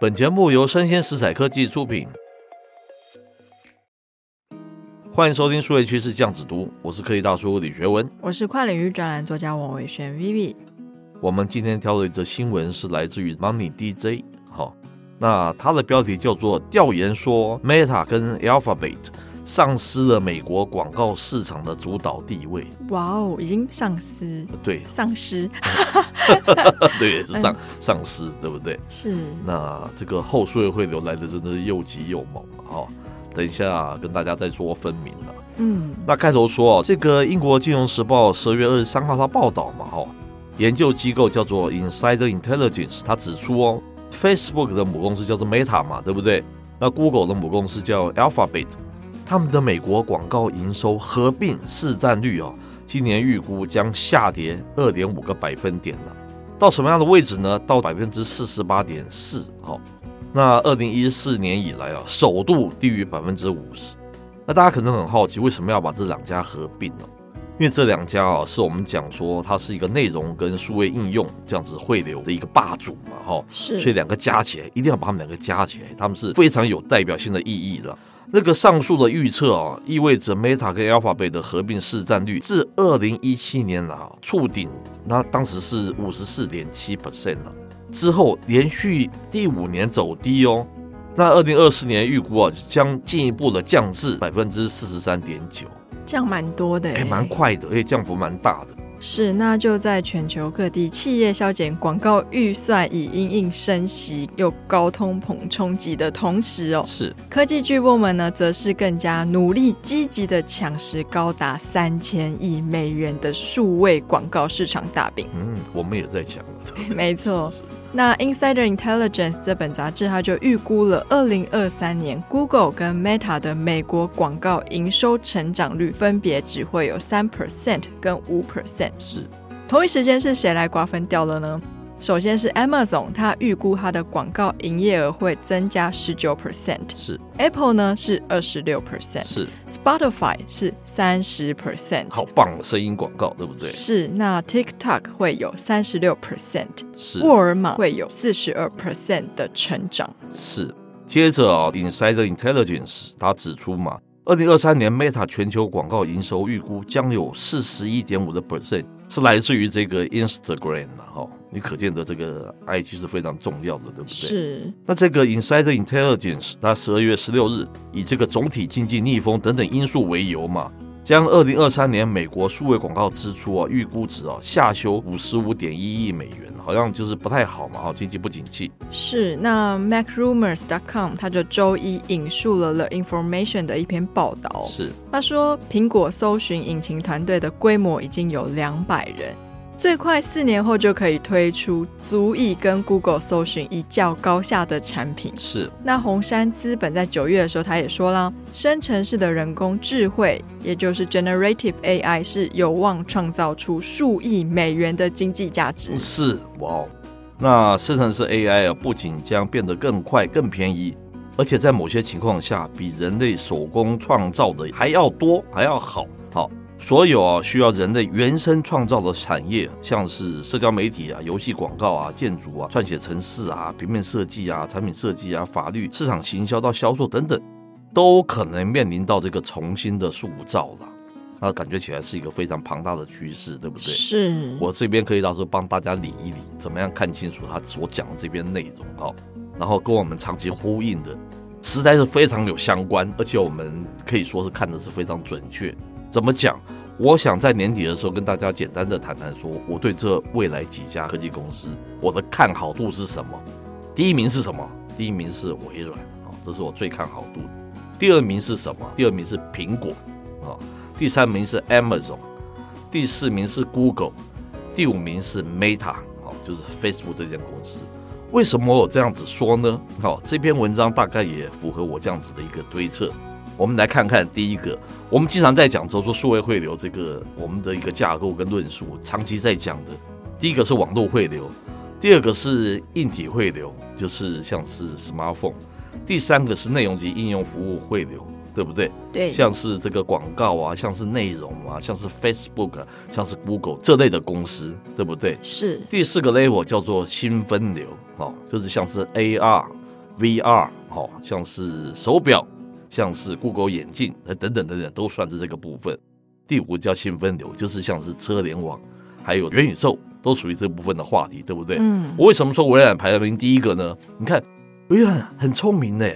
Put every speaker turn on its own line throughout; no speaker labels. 本节目由生鲜食材科技出品，欢迎收听数位趋势酱子读，我是科技大叔李学文。
我是跨领域专栏作家王伟轩 Vivi。
我们今天挑的一则新闻是来自于 Money DJ，好、那它的标题叫做“调研说 Meta 跟 Alphabet 丧失了美国广告市场的主导地位呃
哇哦，已经丧失，”，，
对
丧失
对，是丧丧失，对不对？
是
那这个后续会流来的真的是又急又猛啊、哈等一下啊跟大家再说分明啊了。
嗯
那开头说哦，这个英国金融时报十二月二十三号它报道嘛，哈，研究机构叫做 Insider Intelligence，它指出哦，Facebook 的母公司叫做 Meta 嘛，对不对？那 Google 的母公司叫 Alphabet，他们的美国广告营收合并市占率哦，今年预估将下跌二点五个百分点了，到什么样的位置呢？到百分之四十八点四，哦，那二零一四年以来啊，首度低于百分之五十。那大家可能很好奇，为什么要把这两家合并呢？因为这两家啊，是我们讲说它是一个内容跟数位应用这样子汇流的一个霸主嘛，哦哈，所以
是
两个加起来，一定要把他们两个加起来，他们是非常有代表性的意义的。那个上述的预测啊，意味着 Meta 跟 Alphabet 的合并市占率自二零一七年来啊触顶，那当时是五十四点七 percent 了，之后连续第五年走低哦。那二零二四年预估啊，将进一步的降至百分之四十三点九，
降蛮多的、欸，
哎，蛮。快的，而且降幅蛮大的。
是，那就在全球各地企业削减广告预算以因应升息又高通膨冲击的同时哦，
是，
科技巨擘们呢，则是更加努力积极的抢食高达三千亿美元的数位广告市场大饼。
嗯，我们也在抢了。
没 错。那 Insider Intelligence 这本杂志，它就预估了2023年 Google 跟 Meta 的美国广告营收成长率分别只会有3 percent 跟5 percent。
是，
同一时间是谁来瓜分掉了呢？首先是 Amazon，它预估它的广告营业额会增加19 percent，Apple
是，
呢是26 percent，Spotify
是，
是30 percent，
好棒的声音广告，对不对？
是那 TikTok 会有36 percent。
是
沃尔玛会有四十二 percent 的成长。
是。接着啊，Insider Intelligence 他指出嘛，二零二三年 Meta 全球广告营收预估将有四十一点五的 percent 是来自于这个 Instagram 啊，哈、你可见的这个 IG 是非常重要的，对不对？。
是
那这个 Insider Intelligence，它十二月十六日以这个总体经济逆风等等因素为由嘛，将二零二三年美国数位广告支出啊预估值啊下修五十五点一亿美元，好像就是不太好嘛，哈，经济不景气。
是，那 MacRumors.com 它就周一引述了 The Information 的一篇报道，
是
他说苹果搜寻引擎团队的规模已经有两百人。最快四年后就可以推出足以跟 Google 搜寻一较高下的产品。
是
那红杉资本在九月的时候，他也说啦，生成式的人工智慧，也就是 generative AI，是有望创造出数亿美元的经济价值。
是，哇哦！那生成式 AI 啊，不仅将变得更快、更便宜，而且在某些情况下，比人类手工创造的还要多，还要好。好，所有啊需要人类原生创造的产业，像是社交媒体啊、游戏广告啊、建筑啊、撰写程式啊、平面设计啊、产品设计啊、法律、市场行销到销售等等，都可能面临到这个重新的塑造了。那感觉起来是一个非常庞大的趋势，对不对？
是
我这边可以到时候帮大家理一理，怎么样看清楚他所讲的这边内容哈、然后跟我们长期呼应的，实在是非常有相关，而且我们可以说是看的是非常准确。怎么讲？我想在年底的时候跟大家简单的谈谈说，我对这未来几家科技公司我的看好度是什么。第一名是什么？第一名是微软啊、哦这是我最看好度。第二名是什么？第二名是苹果啊、哦第三名是 Amazon，第哦四名是 Google，第五名是 Meta，哦，就是 Facebook 这间公司。为什么我这样子说呢？哦，这篇文章大概也符合我这样子的一个推测。我们来看看第一个，我们经常在讲说说数位汇流这个我们的一个架构跟论述，长期在讲的。第一个是网络汇流，第二个是硬体汇流，就是像是 smartphone，第三个是内容及应用服务汇流，对不对？
对
像是这个广告啊，像是内容啊，像是 Facebook，、啊、像是 Google 这类的公司，对不对？
是
第四个 level 叫做新分流，哦，就是像是 AR、 VR 哦，像是手表，像是 Google 眼镜，呃等等等等，都算是这个部分。第五个叫新分流，就是像是车联网，还有元宇宙，都属于这部分的话题，对不对？
嗯，
我为什么说微软排名第一个呢？你看，微软很聪明呢，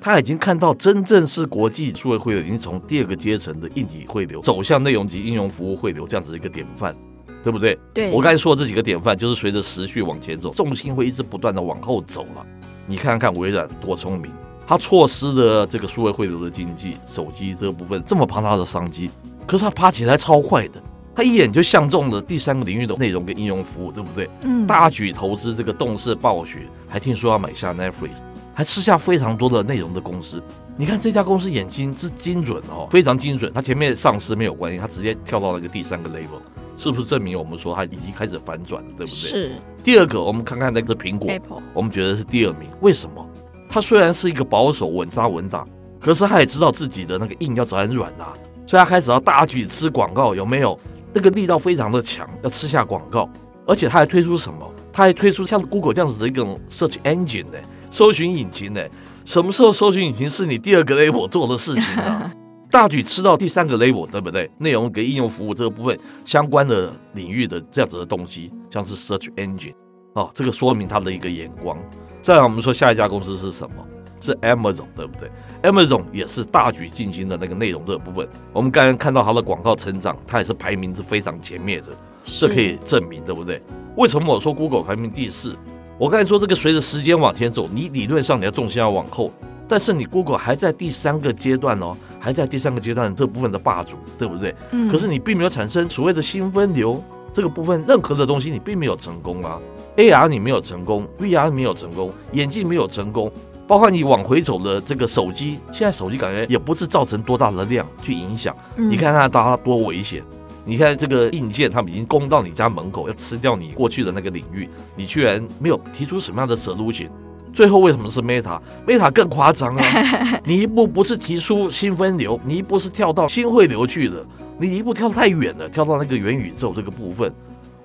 他已经看到真正是国际数位汇流已经从第二个阶层的硬体汇流走向内容及应用服务汇流这样子的一个典范，对不对？
对，
我刚才说的这几个典范，就是随着时序往前走，重心会一直不断的往后走了。你看看微软多聪明，它错失了这个数位汇流的经济、手机这部分这么庞大的商机，可是它爬起来超快的，它一眼就相中了第三个领域的内容跟应用服务，对不对？
嗯
大举投资这个动视暴雪，还听说要买下 Netflix，还吃下非常多的内容的公司。你看这家公司眼睛之精准哦，非常精准。它前面上市没有关系，它直接跳到了一个第三个 level，是不是证明我们说它已经开始反转了，对不对？
是哎
第二个，我们看看那个苹果，
Apple，
我们觉得是第二名，为什么？它虽然是一个保守、稳扎稳打，可是它也知道自己的那个硬要转软啊，所以它开始要大举吃广告，有没有？那个力道非常的强，要吃下广告，而且它还推出什么？它还推出像 Google 这样子的一种 search engine 呢、搜寻引擎呢、什么时候搜寻引擎是你第二个 level 做的事情啊？大举吃到第三个 level，对不对？内容跟应用服务这个部分相关的领域的这样子的东西，像是 search engine。哦，这个说明他的一个眼光。再来，我们说下一家公司是什么？是 Amazon，对不对？Amazon 也是大举进行的那个内容这个部分。我们刚刚看到它的广告成长，它也是排名是非常前面的，这
是
可以证明，对不对？为什么我说 Google 排名第四？我刚才说这个随着时间往前走，你理论上你要重心要往后，但是你 Google 还在第三个阶段哦，还在第三个阶段这部分的霸主，对不对？
嗯
可是你并没有产生所谓的新分流这个部分，任何的东西你并没有成功啊。AR 你没有成功，VR 没有成功，眼镜没有成功，包括你往回走的这个手机，现在手机感觉也不是造成多大的量去影响。
嗯
你，看它它多危险！你看这个硬件，他们已经攻到你家门口，要吃掉你过去的那个领域，你居然没有提出什么样的 solution。最后为什么是 Meta？Meta 更夸张啊！你一步不是提出新分流，你一步是跳到新汇流去的，你一步跳太远了，跳到那个元宇宙这个部分。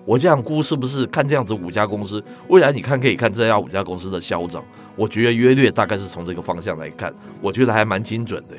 我这样估是不是看这样子五家公司，未来你看可以看这家五家公司的消长，我觉得约略大概是从这个方向来看，我觉得还蛮精准的。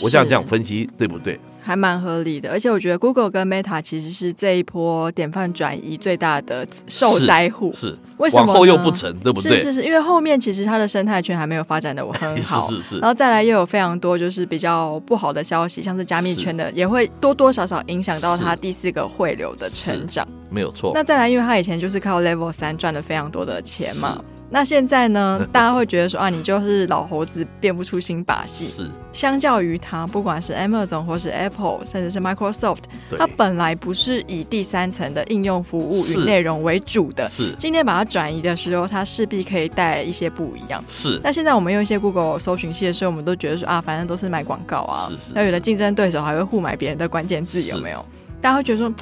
我这样
是
这样分析对不对？
还蛮合理的，而且我觉得 Google 跟 Meta 其实是这一波典范转移最大的受灾户。
是，
为什
往
么呢
后又不成，对不对？
是是是，因为后面其实它的生态圈还没有发展的很好， 呃
是是是
然后再来又有非常多就是比较不好的消息，像是加密圈的，也会多多少少影响到它
是哦
第四个汇流的成长。
没有错。
那再来，因为它以前就是靠 Level 三赚了非常多的钱嘛，那现在呢，大家会觉得说啊，你就是老猴子变不出新把戏。
是
相较于它，不管是 Amazon 或是 Apple，甚至是 Microsoft，
对
它，本来不是以第三层的应用服务与
是
内容为主的，
是
今天把它转移的时候，它势必可以带来一些不一样。
是
那现在我们用一些 Google 搜寻器的时候，我们都觉得说啊，反正都是买广告啊
是，是
那有的竞争对手还会互买别人的关键字，
是
有没有？大家会觉得说。嘖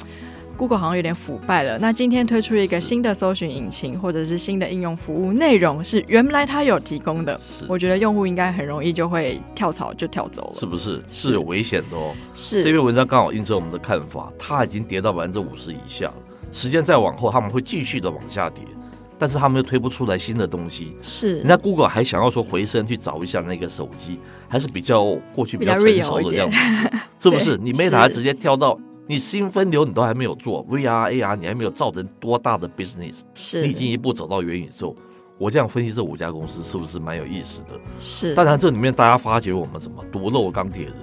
Google 好像有点腐败了。那今天推出一个新的搜寻引擎，或者是新的应用服务内容，是原来它有提供的，
是，
我觉得用户应该很容易就会跳槽就跳走
是
了。
不是是有危险的哦？
是
这篇文章刚好印证我们的看法，它已经跌到百分之五十以下了，时间再往后他们会继续的往下跌，但是他们又推不出来新的东西。
是
人家 Google 还想要说回身去找一下那个手机，还是比较过去比较成
比较
熟
real
的
一
样
点
子， 是不是？
对
你 Meta 还
是
直接跳到你新分流你都还没有做 VR AR，你还没有造成多大的 business，
是
你已经一步走到元宇宙。我这样分析这五家公司是不是蛮有意思的？
是
当然，这里面大家发觉我们什么独漏钢铁人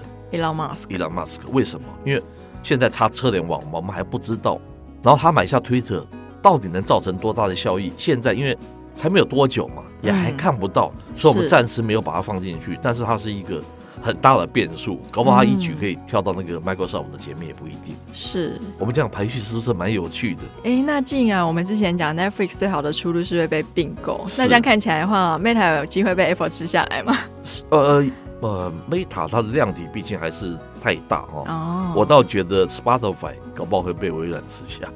Elon Musk，
伊朗马斯克，为什么？因为现在他车联网我们还不知道，然后他买下推特到底能造成多大的效益？现在因为才没有多久嘛，也还看不到，所以我们
是
暂时没有把它放进去。但是它是一个很大的变数，搞不好它一举可以跳到那个 Microsoft 的前面也不一定。
是
我们这样排序是不是蛮有趣的？
诶，那既然我们之前讲 Netflix 最好的出路是会被并购，
是
那这样看起来的话，Meta 有机会被 Apple 吃下来吗？
呃呃，Meta 它的量体毕竟还是太大哦。
哦
我倒觉得 Spotify 搞不好会被微软吃下，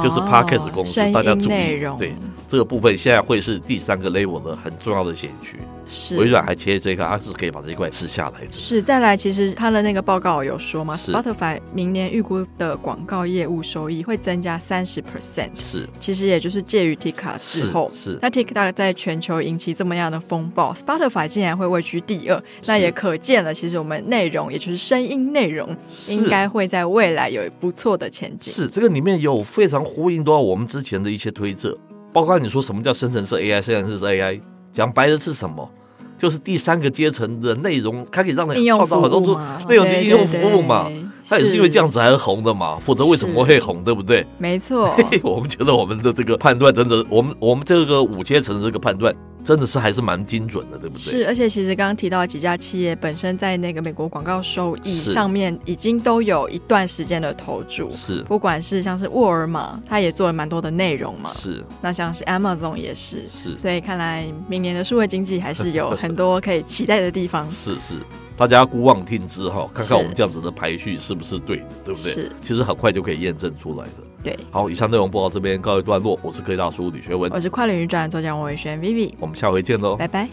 就是 podcast 公司
哦声，
大家
音
注
内
意
容，
对这个部分，现在会是第三个 level 的很重要的选区。
是
微软还切这一块，它是可以把这一块吃下来的。
是，再来，其实他的那个报告有说嘛
是
，Spotify 明年预估的广告业务收益会增加三十 percent，
是
其实也就是介于 TikTok 之
是
后。
是
那 TikTok 在全球引起这么样的风暴，Spotify 竟然会位居第二，那
是
也可见了，其实我们内容，也就是声音内容，
是
应该会在未来有不错的前景。
是这个里面有非常呼应到我们之前的一些推测，包括你说什么叫生成式 AI，生成式 AI，讲白了是什么？就是第三个阶层的内容，它可以让
应
你
用
创
服
造很多
务
种
嘛，
内容
对
及应用服
对
务嘛
对。
它也是因为这样
子，
子才红的嘛，否则为什么会红，对不对？
没错，
嘿，我们觉得我们的这个判断真的，我们我们这个五阶层的这个判断真的是还是蛮精准的，对不对？
是，而且其实刚刚提到几家企业本身在那个美国广告收益
是
上面已经都有一段时间的投注，
是
不管是像是沃尔玛，它也做了蛮多的内容嘛，
是
那像是 Amazon 也是，
是
所以看来明年的数位经济还是有很多可以期待的地方。
是是，大家姑妄听之哈，看看我们
是
这样子的排序是不是对的，对不对？
是，
其实很快就可以验证出来的。
对，
好，以上内容播到这边告一段落，我是科技大叔李学文
哦我，是跨领域专栏作家王伟轩 Vivi，
我们下回见喽，
拜拜。